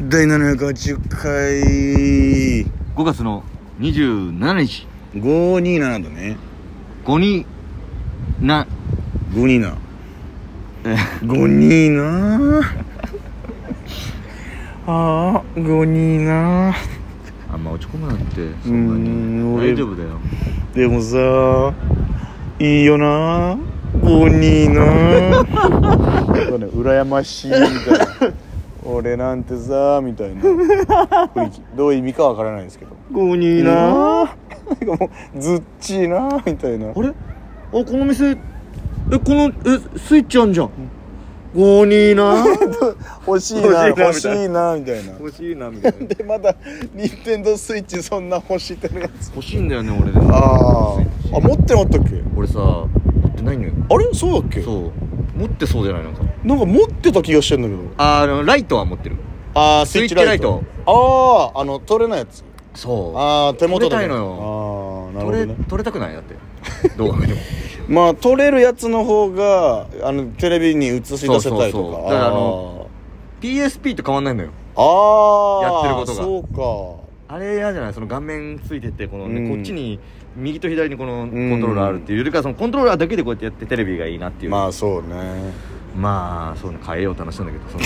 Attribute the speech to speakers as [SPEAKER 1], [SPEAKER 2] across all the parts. [SPEAKER 1] 第780回
[SPEAKER 2] 5月の27日
[SPEAKER 1] 527だね
[SPEAKER 2] 5にな
[SPEAKER 1] 527
[SPEAKER 2] え
[SPEAKER 1] 527ああ527
[SPEAKER 2] あんま落ち込むなってそ
[SPEAKER 1] うん
[SPEAKER 2] んな
[SPEAKER 1] 俺
[SPEAKER 2] に大丈夫だよ
[SPEAKER 1] でもさいいよな527そうね羨ましいみたいな 俺なんてさみたいな雰囲気どういう意味かわからないですけど
[SPEAKER 2] 5
[SPEAKER 1] い
[SPEAKER 2] に
[SPEAKER 1] いななんかもうずっちいなみたいな
[SPEAKER 2] あれあこの店えこのえスイッチあんじゃん5に な
[SPEAKER 1] 欲しいな欲
[SPEAKER 2] 欲
[SPEAKER 1] し
[SPEAKER 2] しいない
[SPEAKER 1] なみたいな
[SPEAKER 2] 欲しいなみたいな
[SPEAKER 1] でまだ任天堂スイッチそんな欲してるやつ
[SPEAKER 2] 欲しいんだよね俺
[SPEAKER 1] あーあ持ってなかったっけ
[SPEAKER 2] 俺さ持ってないのよ
[SPEAKER 1] あれそうだっけ
[SPEAKER 2] そう持ってそうじゃないなんか
[SPEAKER 1] なんか持ってた気がしてんだけど
[SPEAKER 2] ああのライトは持ってる
[SPEAKER 1] ああ
[SPEAKER 2] スイッチライト
[SPEAKER 1] あああの取れないやつ
[SPEAKER 2] そ
[SPEAKER 1] ああ手元で
[SPEAKER 2] 取れたいの
[SPEAKER 1] よああ
[SPEAKER 2] う
[SPEAKER 1] なるほ
[SPEAKER 2] 取れ
[SPEAKER 1] どね
[SPEAKER 2] 取れたくないだってどう考えて も
[SPEAKER 1] まあ取れるやつの方があのテレビに映し出せたりとか
[SPEAKER 2] そうそうそうだからあの PSP と変わんないのよ
[SPEAKER 1] あーあー
[SPEAKER 2] やってることが
[SPEAKER 1] そうか
[SPEAKER 2] あれ嫌じゃないその顔面ついててこのね、
[SPEAKER 1] うん
[SPEAKER 2] こっちに右と左にこのコントローラーあるっていうよりかはそのコントローラーだけでこうやってやってテレビがいいなっていう
[SPEAKER 1] ま
[SPEAKER 2] ま
[SPEAKER 1] あそうね
[SPEAKER 2] あ、そうね変えようって話なんだけど その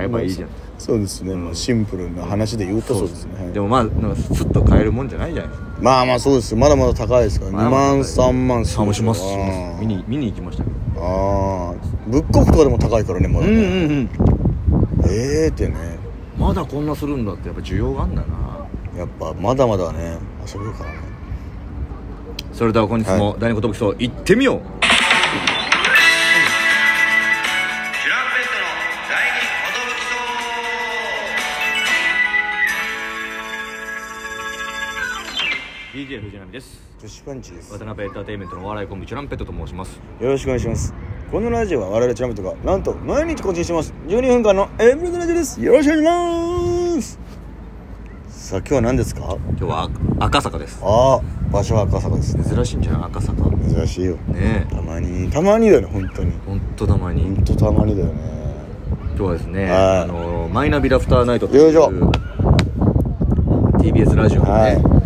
[SPEAKER 2] 変えばいいじゃん
[SPEAKER 1] そうですね、まあ、シンプルな話で言うとそうですね、はい
[SPEAKER 2] でもまあなんかスッと変えるもんじゃないじゃないですか
[SPEAKER 1] まあまあそうですよまだまだ高いですから、
[SPEAKER 2] まあ
[SPEAKER 1] 2
[SPEAKER 2] まあ
[SPEAKER 1] 万3万
[SPEAKER 2] あもうしますし
[SPEAKER 1] あ
[SPEAKER 2] ます見に見に行きましたけど
[SPEAKER 1] あーブックオフとかでも高いからねまだね、
[SPEAKER 2] んうん
[SPEAKER 1] ええってね
[SPEAKER 2] まだこんなするんだってやっぱ需要があんだな
[SPEAKER 1] やっぱまだまだね遊べるからね
[SPEAKER 2] それでは本日も第二言武器層行ってみよう、DJ 藤波です
[SPEAKER 1] 女子パンチです
[SPEAKER 2] 渡辺エンターテインメントのお笑いコンビチュランペットと申します
[SPEAKER 1] よろしくお願いしますこのラジオは我々チャンプとかなんと毎日更新してます12分間のエブリデイラジオですよろしくお願いしますさあ今日は何ですか
[SPEAKER 2] 今日は赤坂です
[SPEAKER 1] ああ場所は赤坂ですね
[SPEAKER 2] 珍しいんじゃない赤坂ね
[SPEAKER 1] 珍しいよ
[SPEAKER 2] え
[SPEAKER 1] たまにたまにだよね本当に
[SPEAKER 2] 本当たまに
[SPEAKER 1] 本当たまにだよね
[SPEAKER 2] 今日はですね、
[SPEAKER 1] はい
[SPEAKER 2] あのマイナビラフターナイトと
[SPEAKER 1] よ
[SPEAKER 2] い
[SPEAKER 1] いうしょ
[SPEAKER 2] TBS ラジオのね、
[SPEAKER 1] はい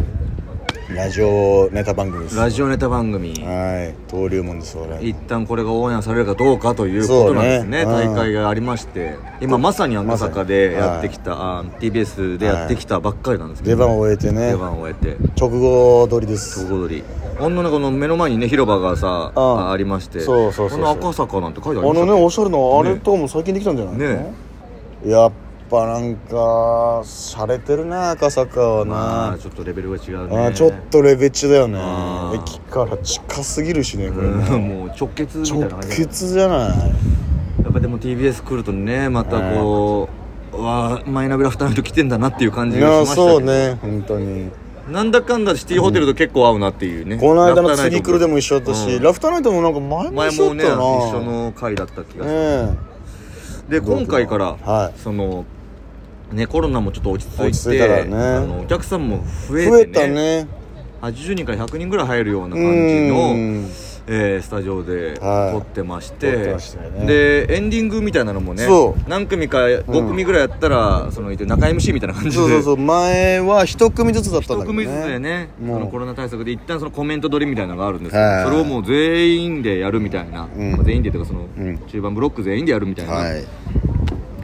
[SPEAKER 1] ラジオネタ番組です
[SPEAKER 2] ラ
[SPEAKER 1] は
[SPEAKER 2] ジオネタ番組
[SPEAKER 1] い登竜門です我々
[SPEAKER 2] 一旦これがオンエアされるかどうかということなんですね
[SPEAKER 1] そうね
[SPEAKER 2] 大会がありまして今まさに赤坂でやってきた、あ TBS でやってきたばっかりなんですけ
[SPEAKER 1] 出
[SPEAKER 2] ど、
[SPEAKER 1] 番を終えてね
[SPEAKER 2] 出番を終えて
[SPEAKER 1] 直後撮りで
[SPEAKER 2] 総
[SPEAKER 1] す
[SPEAKER 2] 合取りほんのねこの目の前にね広場がさ
[SPEAKER 1] あ
[SPEAKER 2] あありまして
[SPEAKER 1] そうそうそうそう
[SPEAKER 2] この赤坂なんて書いて
[SPEAKER 1] あ
[SPEAKER 2] ありました
[SPEAKER 1] のねおしゃれなあ
[SPEAKER 2] ね
[SPEAKER 1] れとも最近できたんじゃないの
[SPEAKER 2] ね
[SPEAKER 1] やっぱなんか洒落てるな赤坂は
[SPEAKER 2] ま
[SPEAKER 1] な
[SPEAKER 2] あちょっとレベルが違うね
[SPEAKER 1] あーちょっとレベチだよね
[SPEAKER 2] あー
[SPEAKER 1] 駅から近すぎるしねこれね
[SPEAKER 2] うんもう直結みたいな
[SPEAKER 1] 直
[SPEAKER 2] 感じや
[SPEAKER 1] 結じゃない
[SPEAKER 2] っぱでも TBS 来るとねまたこう、わあマイナビラフターナイト来てんだなっていう感
[SPEAKER 1] い
[SPEAKER 2] じがし
[SPEAKER 1] や
[SPEAKER 2] ましたけど
[SPEAKER 1] そうね本当に
[SPEAKER 2] なんだかんだシティホテルと結構合うなっていうね、
[SPEAKER 1] この間の
[SPEAKER 2] ラフターナイト
[SPEAKER 1] 次来るでも一緒だったし
[SPEAKER 2] うん
[SPEAKER 1] ラフターナイトもなんか前も
[SPEAKER 2] 前
[SPEAKER 1] 一緒だっ
[SPEAKER 2] もね
[SPEAKER 1] たよ
[SPEAKER 2] 一
[SPEAKER 1] な
[SPEAKER 2] 緒の回だった気がする、
[SPEAKER 1] ね
[SPEAKER 2] で今回から、
[SPEAKER 1] はい
[SPEAKER 2] そのねコロナもちょっと落ち着いて
[SPEAKER 1] 落ち着いたらね
[SPEAKER 2] あのお客さんも増
[SPEAKER 1] え
[SPEAKER 2] え
[SPEAKER 1] 増え
[SPEAKER 2] て、ね、
[SPEAKER 1] たね
[SPEAKER 2] 80人から100人ぐらい入るような
[SPEAKER 1] う
[SPEAKER 2] 感じ
[SPEAKER 1] ん
[SPEAKER 2] の、えースタジオで
[SPEAKER 1] はい
[SPEAKER 2] 撮ってまし,、
[SPEAKER 1] 撮っててましたよね
[SPEAKER 2] でエンディングみたいなのもね
[SPEAKER 1] そう
[SPEAKER 2] 何組か5組ぐらいやったら、そのいて中 MC みたいな感じで
[SPEAKER 1] そう そうそう前は一組ずつだったんだ
[SPEAKER 2] 一
[SPEAKER 1] けどね
[SPEAKER 2] 組ずつでね
[SPEAKER 1] もう
[SPEAKER 2] そのコロナ対策で一旦そのコメント取りみたいなのがあるんですけど、
[SPEAKER 1] はい
[SPEAKER 2] それをもう全員でやるみたいな、
[SPEAKER 1] ん
[SPEAKER 2] まあ全員でというかその、
[SPEAKER 1] ん
[SPEAKER 2] 中盤ブロック全員でやるみたい
[SPEAKER 1] は
[SPEAKER 2] ない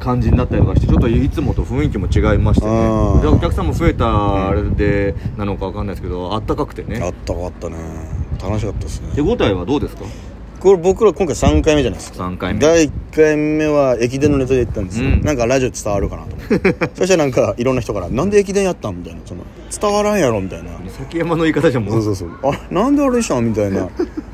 [SPEAKER 2] 感じになったりとかしてちょっといつもと雰囲気も違いましてね
[SPEAKER 1] うん
[SPEAKER 2] でお客さんも増えたあれでなのかわかんないですけどあったかくて
[SPEAKER 1] あ
[SPEAKER 2] ね
[SPEAKER 1] ったかあったね楽しかったですね
[SPEAKER 2] 手応えはどうですか
[SPEAKER 1] これ僕ら今回3回目じゃないですか
[SPEAKER 2] 3回目
[SPEAKER 1] 第1回目は駅伝のネタで行ったんですよ、
[SPEAKER 2] うん
[SPEAKER 1] なんかラジオ伝わるかなと思って そしたらなんかいろんな人から「なんで駅伝やったん?」みたいなその「伝わらんやろ」みたいな
[SPEAKER 2] 崎山の言い方じ
[SPEAKER 1] そ
[SPEAKER 2] ゃも
[SPEAKER 1] う
[SPEAKER 2] う
[SPEAKER 1] そうそう「あなんであれでしたん?」みたい な「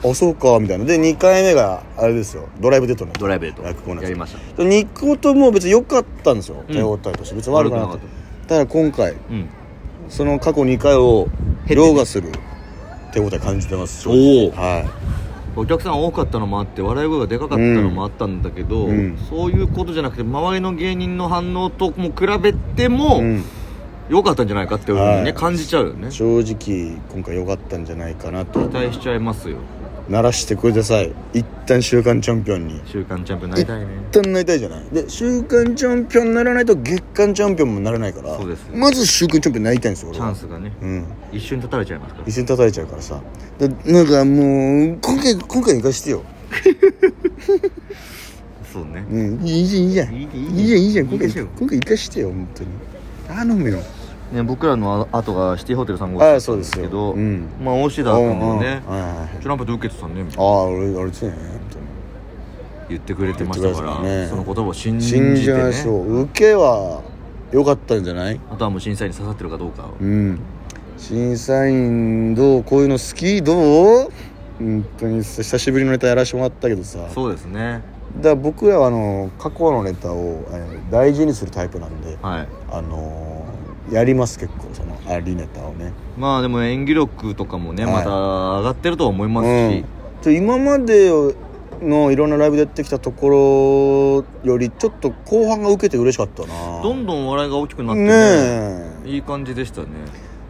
[SPEAKER 1] あそうか」みたいなで2回目があれですよドライブデッドの
[SPEAKER 2] ドライブでと
[SPEAKER 1] 役こな
[SPEAKER 2] やりました
[SPEAKER 1] 2個とも別に良かったんですよ、
[SPEAKER 2] うん
[SPEAKER 1] 手応えとして別に悪くなかっ
[SPEAKER 2] 悪くなか
[SPEAKER 1] たただ今回
[SPEAKER 2] うん
[SPEAKER 1] その過去2回を凌駕する手応え感じてます
[SPEAKER 2] おお
[SPEAKER 1] はい
[SPEAKER 2] お客さん多かったのもあって笑い声がでかかったのもあったんだけど、
[SPEAKER 1] うんうん
[SPEAKER 2] そういうことじゃなくて周りの芸人の反応とも比べても
[SPEAKER 1] うん
[SPEAKER 2] 良かったんじゃないかっていうふうにね、
[SPEAKER 1] はい
[SPEAKER 2] 感じちゃうよね期
[SPEAKER 1] 正直今回良かったんじゃないかなと
[SPEAKER 2] 待しちゃいますよ
[SPEAKER 1] ならしてください一旦週刊チャンピオンに
[SPEAKER 2] 週刊チャンピオンに
[SPEAKER 1] 一
[SPEAKER 2] なりたいね
[SPEAKER 1] 旦なりたいじゃないで週刊チャンピオンにならないと月間チャンピオンもなれないから
[SPEAKER 2] そうです
[SPEAKER 1] まず週刊チャンピオンになりたいんですよ
[SPEAKER 2] チ
[SPEAKER 1] 俺
[SPEAKER 2] ャン
[SPEAKER 1] は
[SPEAKER 2] スがね
[SPEAKER 1] うん
[SPEAKER 2] 一瞬立たれちゃいますから
[SPEAKER 1] 一緒に叩いちゃうからさでなんかもう今回今回行かしてよ
[SPEAKER 2] そうね
[SPEAKER 1] うんいいじゃんいいじゃん
[SPEAKER 2] いいい
[SPEAKER 1] いいじゃんいいじゃん
[SPEAKER 2] いい
[SPEAKER 1] 今
[SPEAKER 2] で
[SPEAKER 1] 回
[SPEAKER 2] しょう
[SPEAKER 1] 今回行かしてよ本当に頼むよ
[SPEAKER 2] ね僕らのあ後がシティホテルさんご
[SPEAKER 1] ああ
[SPEAKER 2] 一
[SPEAKER 1] そ
[SPEAKER 2] 緒
[SPEAKER 1] う
[SPEAKER 2] な
[SPEAKER 1] で
[SPEAKER 2] んですす
[SPEAKER 1] よ
[SPEAKER 2] けど
[SPEAKER 1] うん
[SPEAKER 2] まあ大田君も
[SPEAKER 1] うん
[SPEAKER 2] ね
[SPEAKER 1] うんはいはいはい
[SPEAKER 2] トランペット受けてたねみたい
[SPEAKER 1] あ
[SPEAKER 2] な
[SPEAKER 1] あ俺俺ついね本当に
[SPEAKER 2] 言ってくれてましたから
[SPEAKER 1] 言ってくれてたね
[SPEAKER 2] その言葉を信じて
[SPEAKER 1] 信
[SPEAKER 2] ね
[SPEAKER 1] じましょう受けは良かったんじゃない
[SPEAKER 2] あとはもう審査員に刺さってるかどうかを
[SPEAKER 1] うん審査員どうこういうの好きどう本当にさ久しぶりのネタやらしてもらったけどさだか
[SPEAKER 2] そうですね
[SPEAKER 1] ら僕らはあの過去のネタをあの大事にするタイプなんで
[SPEAKER 2] はい
[SPEAKER 1] あのーやります結構そのありネタをね
[SPEAKER 2] まあでも演技力とかもね
[SPEAKER 1] はい
[SPEAKER 2] また上がってるとは思いますし
[SPEAKER 1] うん、で今までのいろんなライブでやってきたところよりちょっと後半が受けて嬉しかったな
[SPEAKER 2] どんどん笑いが大きくなって
[SPEAKER 1] ね
[SPEAKER 2] ね
[SPEAKER 1] え
[SPEAKER 2] いい感じでしたね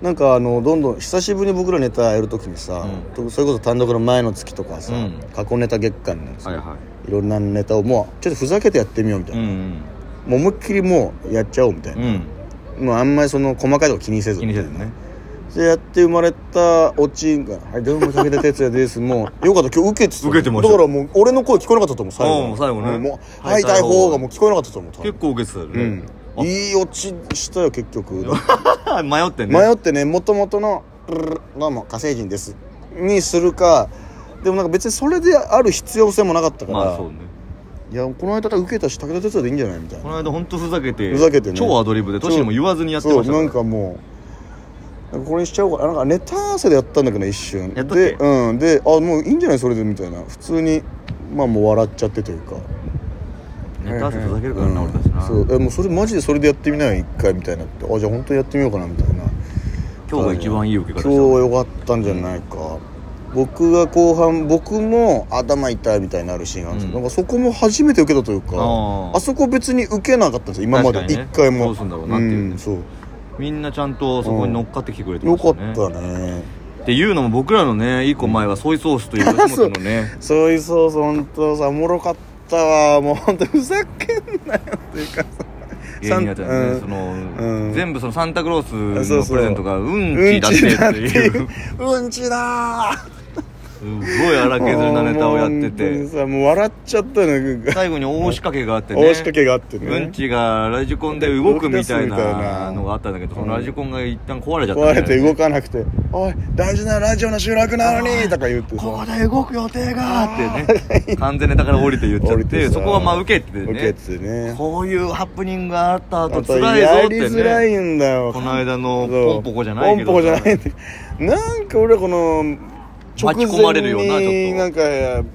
[SPEAKER 1] なんかあのどんどん久しぶりに僕らネタやるときにさ、
[SPEAKER 2] うん
[SPEAKER 1] とそれこそ単独の前の月とかさ、
[SPEAKER 2] うん
[SPEAKER 1] 過去ネタ月間なんですよ、、
[SPEAKER 2] はいはい
[SPEAKER 1] ろんなネタをもうちょっとふざけてやってみようみた
[SPEAKER 2] い
[SPEAKER 1] いうな、
[SPEAKER 2] ん
[SPEAKER 1] もう思いっきりもうやっちゃおうみたい
[SPEAKER 2] うん
[SPEAKER 1] な、
[SPEAKER 2] うん
[SPEAKER 1] もうあんまりその細かいとこ気にせず
[SPEAKER 2] 気にせずね
[SPEAKER 1] でやって生まれたオチが「はいどうも武田鉄矢です」もうよかった今日受けてた
[SPEAKER 2] 受けてました
[SPEAKER 1] だからもう俺の声聞こえなかったと思う最後
[SPEAKER 2] うん最後ね
[SPEAKER 1] うんもう「
[SPEAKER 2] は
[SPEAKER 1] はいい
[SPEAKER 2] 大
[SPEAKER 1] 大
[SPEAKER 2] 砲
[SPEAKER 1] 砲」がもう聞こえなかったと思う多分
[SPEAKER 2] 結構受けてたよ
[SPEAKER 1] う
[SPEAKER 2] ね
[SPEAKER 1] んいいオチしたよ結局
[SPEAKER 2] 迷ってね
[SPEAKER 1] 迷ってねもともとの「プルルルどうも火星人です」にするかでもなんか別にそれである必要性もなかったから、
[SPEAKER 2] まあそうね
[SPEAKER 1] いやこの間受けたし武田鉄矢でいいんじゃないみたいな
[SPEAKER 2] この間本当ふざけて
[SPEAKER 1] ふざけてね
[SPEAKER 2] 超アドリブでトシにも言わずにやって
[SPEAKER 1] そ
[SPEAKER 2] ま
[SPEAKER 1] う
[SPEAKER 2] した
[SPEAKER 1] なんかもうなんかこれにしちゃおうかななんかネタ合わせでやったんだけどね一瞬
[SPEAKER 2] やったっけ
[SPEAKER 1] でうんであもういいんじゃないそれでみたいな普通にまあもう笑っちゃってというか
[SPEAKER 2] ネタ合わせふざけるからな俺たちな
[SPEAKER 1] そうえもうそれマジでそれでやってみないよ一回みたいなってあじゃあ本当にやってみようかなみたいな
[SPEAKER 2] 今日が一番いい受け方
[SPEAKER 1] 今
[SPEAKER 2] した
[SPEAKER 1] 日は良かったんじゃないか、僕が後半僕も頭痛いみたいになるシーンがあるんですけど、
[SPEAKER 2] うん
[SPEAKER 1] なんかそこも初めて受けたというか
[SPEAKER 2] あー
[SPEAKER 1] あそこ別に受けなかったんですよ今まで
[SPEAKER 2] 確か
[SPEAKER 1] 一
[SPEAKER 2] にね
[SPEAKER 1] 回も
[SPEAKER 2] どうすんだろうなっていうね
[SPEAKER 1] んそう
[SPEAKER 2] みんなちゃんとそこに乗っかってきてくれてま
[SPEAKER 1] よ
[SPEAKER 2] し
[SPEAKER 1] か
[SPEAKER 2] た
[SPEAKER 1] っ
[SPEAKER 2] ね
[SPEAKER 1] たね
[SPEAKER 2] っていうのも僕らのね一個前はソイソースという吉本のね
[SPEAKER 1] ソイソース本当さおもろかったわもう本当ふざけんなよっていうか
[SPEAKER 2] 芸人やったよね
[SPEAKER 1] うん
[SPEAKER 2] その、
[SPEAKER 1] うん
[SPEAKER 2] 全部そのサンタクロース
[SPEAKER 1] そう
[SPEAKER 2] の
[SPEAKER 1] そう
[SPEAKER 2] プレゼントがうん
[SPEAKER 1] うん
[SPEAKER 2] ちだってって
[SPEAKER 1] ちだって
[SPEAKER 2] い
[SPEAKER 1] いうううんちだー
[SPEAKER 2] すごい荒削りなネタをやって
[SPEAKER 1] もう本当に
[SPEAKER 2] て
[SPEAKER 1] さもう笑っちゃったのよ
[SPEAKER 2] 最後に大仕掛けがあってね
[SPEAKER 1] 大仕掛けがあってね
[SPEAKER 2] うんちがラジコンで動くみたい
[SPEAKER 1] 動き出すみたい
[SPEAKER 2] な
[SPEAKER 1] な
[SPEAKER 2] のがあったんだけどそのラジコンが一旦壊れちゃったみ
[SPEAKER 1] 壊
[SPEAKER 2] たいな
[SPEAKER 1] れて動かなくて「おい大事なラジオの収録なのに」とか言って
[SPEAKER 2] ここ
[SPEAKER 1] さ
[SPEAKER 2] で動く予定がってね完全ネタから降りて言っちゃっ
[SPEAKER 1] 降
[SPEAKER 2] て
[SPEAKER 1] りてさ
[SPEAKER 2] そこはまあ受けてね
[SPEAKER 1] 受けてね
[SPEAKER 2] こういうハプニングがあった後
[SPEAKER 1] あと
[SPEAKER 2] 辛いぞ
[SPEAKER 1] や
[SPEAKER 2] っ
[SPEAKER 1] り
[SPEAKER 2] て
[SPEAKER 1] づらい
[SPEAKER 2] ね
[SPEAKER 1] んだよ
[SPEAKER 2] この間の
[SPEAKER 1] そう
[SPEAKER 2] ポンポコじゃないけど
[SPEAKER 1] ポンポコじゃないんだけどなんか俺はこの
[SPEAKER 2] 巻き込まれるよなちょっ
[SPEAKER 1] んか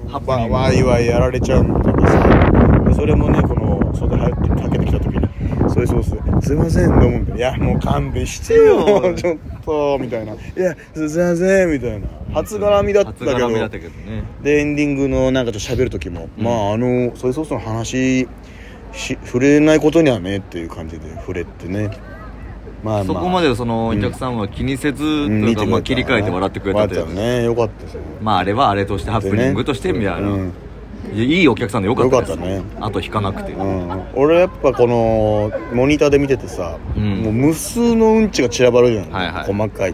[SPEAKER 2] ハプニング
[SPEAKER 1] わわいわいやられちゃうんだけどさでそれもねこの袖入ってかけてきた時にそれそうっすすいませんどうもみたいないやもう勘弁してよ
[SPEAKER 2] うん
[SPEAKER 1] ちょっとみたいないやすいませんみたいな初絡みだったけど
[SPEAKER 2] 初絡みだったけどね
[SPEAKER 1] でエンディングのなんかちょっと喋る時も、
[SPEAKER 2] うん
[SPEAKER 1] まああのソイソースの話し触れないことにはねっていう感じで触れてねまあ、まあ、
[SPEAKER 2] そこまでその
[SPEAKER 1] う
[SPEAKER 2] お
[SPEAKER 1] ん
[SPEAKER 2] 客さんは気にせずと
[SPEAKER 1] う
[SPEAKER 2] い
[SPEAKER 1] ん
[SPEAKER 2] うかまあ
[SPEAKER 1] 見てくれ
[SPEAKER 2] 切り
[SPEAKER 1] た
[SPEAKER 2] 替えて笑ってくれたという
[SPEAKER 1] 笑
[SPEAKER 2] か
[SPEAKER 1] ってねよかったですよ
[SPEAKER 2] まああれはあれとしてハプニングとしてみたいな
[SPEAKER 1] うん
[SPEAKER 2] いやいいお客さんでよかったです
[SPEAKER 1] よかったね
[SPEAKER 2] あと引かなくて
[SPEAKER 1] うん、俺やっぱこのモニターで見ててさ、
[SPEAKER 2] うん
[SPEAKER 1] もう無数のうんちが散らばるじゃん、
[SPEAKER 2] はいはい
[SPEAKER 1] 細かい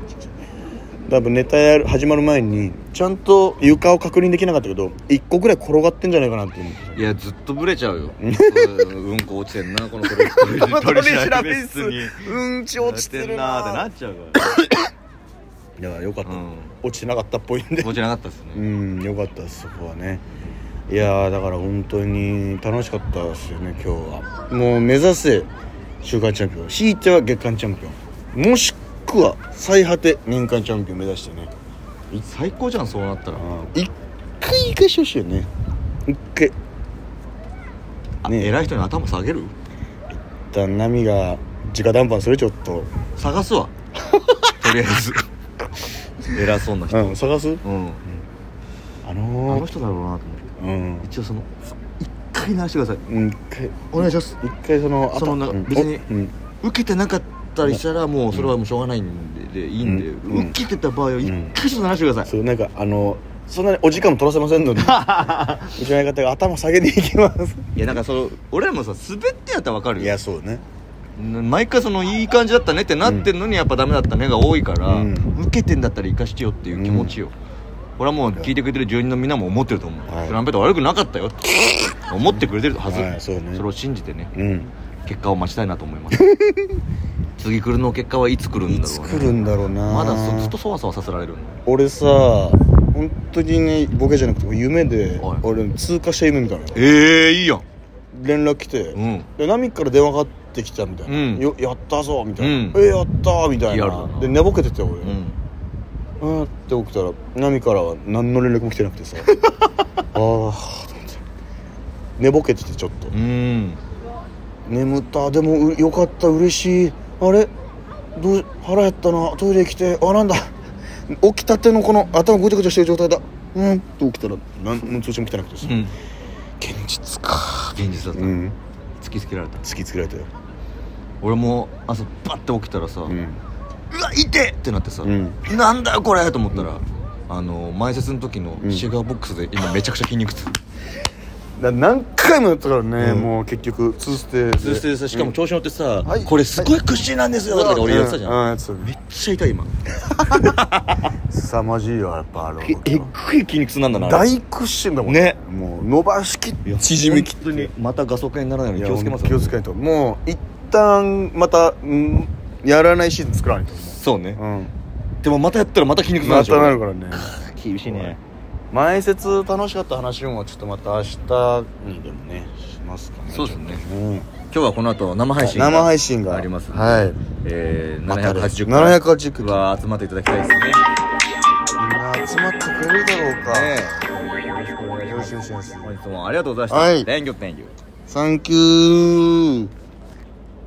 [SPEAKER 1] 多分ネタやる始まる前にちゃんと床を確認できなかったけど一個ぐらい転がってんじゃないかなって思って
[SPEAKER 2] いやずっとブレちゃう ようんうんこ落ちてんなこの取り調べ室に
[SPEAKER 1] うんち落ちてる
[SPEAKER 2] やってんなーってなっちゃうか
[SPEAKER 1] いやよかった、
[SPEAKER 2] らうん
[SPEAKER 1] 落ちてなかったっぽい んで
[SPEAKER 2] 落ちなかったです
[SPEAKER 1] う
[SPEAKER 2] ね
[SPEAKER 1] んよかったですそこはねいやーだから本当に楽しかったですよね今日はもう目指せ週間チャンピオンひいては月間チャンピオンもしくは最果て年間チャンピオン目指してね
[SPEAKER 2] 最高じゃんそうなったら
[SPEAKER 1] 一回行かしてほしいよね一回
[SPEAKER 2] あ
[SPEAKER 1] ねえ
[SPEAKER 2] 偉い人に頭下げ る
[SPEAKER 1] 旦那みが直談判するちょっと
[SPEAKER 2] 探すわとりあえず偉そうな人
[SPEAKER 1] うん探す
[SPEAKER 2] うん
[SPEAKER 1] あ
[SPEAKER 2] あの
[SPEAKER 1] のー、
[SPEAKER 2] 人だろうなと思って
[SPEAKER 1] うん
[SPEAKER 2] 一応その一回流してください
[SPEAKER 1] うん一回
[SPEAKER 2] お願いします
[SPEAKER 1] 一回その
[SPEAKER 2] そのな
[SPEAKER 1] あとうん
[SPEAKER 2] 別に
[SPEAKER 1] おうん
[SPEAKER 2] 受けてなかったりしたらもうそれはもうしょうがないんででいいんで、
[SPEAKER 1] うん
[SPEAKER 2] 受けてた場合は一
[SPEAKER 1] うん
[SPEAKER 2] 回ちょっと流してください、
[SPEAKER 1] そうなんかあのそんなにお時間も取らせませ んのでうちの相方が頭下げていきます
[SPEAKER 2] いやなんかその俺らもさ滑ってやったら分かる
[SPEAKER 1] い
[SPEAKER 2] よ
[SPEAKER 1] やそうね
[SPEAKER 2] 毎回そのいい感じだったねってなってんのにやっぱダメだったねが多いから、
[SPEAKER 1] うん
[SPEAKER 2] 受けてんだったら生かしてよっていう気持ちよ、俺はもう聞いてくれてる住人のみんなも思ってると思う、
[SPEAKER 1] はい
[SPEAKER 2] トランペット悪くなかったよって思ってくれてるはず、
[SPEAKER 1] はいそうね
[SPEAKER 2] れを信じてね
[SPEAKER 1] うん
[SPEAKER 2] 結果を待ちたいなと思い ます次来るの結果はいつ来るんだろうね
[SPEAKER 1] 作るんだろうな
[SPEAKER 2] まだそずっとそわそわさせられるの
[SPEAKER 1] 俺さ本当にねボケじゃなくて夢で
[SPEAKER 2] はい
[SPEAKER 1] 俺通過して夢みたいな
[SPEAKER 2] ええいいやん
[SPEAKER 1] 連絡来て、
[SPEAKER 2] うん
[SPEAKER 1] でナミから電話かかってきたみたいな「
[SPEAKER 2] うん
[SPEAKER 1] よやったぞ」みたいな
[SPEAKER 2] うん
[SPEAKER 1] 「えやった」みたい
[SPEAKER 2] リ
[SPEAKER 1] な
[SPEAKER 2] アルだな
[SPEAKER 1] で寝ぼけてて俺、
[SPEAKER 2] うん
[SPEAKER 1] うんって起きたらナミからは何の連絡も来てなくて さああと思って寝ぼけててちょっと
[SPEAKER 2] うん
[SPEAKER 1] 眠ったでもうよかった嬉しいあれどう腹減ったなトイレ来てあなんだ起きたてのこの頭ぐちゃぐちゃしてる状態だうんって起きたら何の通知も来てなくてさ、
[SPEAKER 2] うん
[SPEAKER 1] 現実か
[SPEAKER 2] 現実だった、
[SPEAKER 1] うん
[SPEAKER 2] 突きつけられた
[SPEAKER 1] 突きつけられたよ
[SPEAKER 2] 俺も朝バッて起きたらさ、う
[SPEAKER 1] うん
[SPEAKER 2] わ痛っってなってさ、
[SPEAKER 1] うん
[SPEAKER 2] なんだよこれと思ったら、あの前説の時の
[SPEAKER 1] ん
[SPEAKER 2] シェガーボックスで今めちゃくちゃ筋肉痛
[SPEAKER 1] だ何回もやったからね、
[SPEAKER 2] うん
[SPEAKER 1] もう結局通ステ
[SPEAKER 2] そしてさしかも調子乗ってさ、
[SPEAKER 1] はい
[SPEAKER 2] これすごい屈指なんですよとか言って俺やってたじゃん、
[SPEAKER 1] う
[SPEAKER 2] めっ
[SPEAKER 1] やってたね
[SPEAKER 2] ちゃ痛い今
[SPEAKER 1] 凄まじいよやっぱあの
[SPEAKER 2] ええっぐい筋肉痛なんだなあれ
[SPEAKER 1] 大屈伸だもんねもう伸ばしきって縮みきって
[SPEAKER 2] 本当にまた画素化にならないよう
[SPEAKER 1] い
[SPEAKER 2] に
[SPEAKER 1] や
[SPEAKER 2] 気をつけます
[SPEAKER 1] 気をつけないともう一旦また、うん、やらないシーズン作らないと
[SPEAKER 2] そうね、
[SPEAKER 1] 思う、うん、
[SPEAKER 2] でもまたやったらまた筋肉痛なん
[SPEAKER 1] ま
[SPEAKER 2] でしょ
[SPEAKER 1] たなるからね
[SPEAKER 2] 厳しいね
[SPEAKER 1] 前説楽しかった話もちょっとまた明日にでもねしますかね
[SPEAKER 2] そうですね
[SPEAKER 1] うん
[SPEAKER 2] 今日はこの後生配信が
[SPEAKER 1] 生配信が
[SPEAKER 2] ありますんで
[SPEAKER 1] はい
[SPEAKER 2] えー、
[SPEAKER 1] またです
[SPEAKER 2] 780回
[SPEAKER 1] 780回
[SPEAKER 2] は集まっていただきたいですね
[SPEAKER 1] みんな集まってくれるだろうか、
[SPEAKER 2] ね
[SPEAKER 1] よろしくお願いします
[SPEAKER 2] 本日もありがとうございました、
[SPEAKER 1] はい
[SPEAKER 2] Thank you, thank you
[SPEAKER 1] Thank you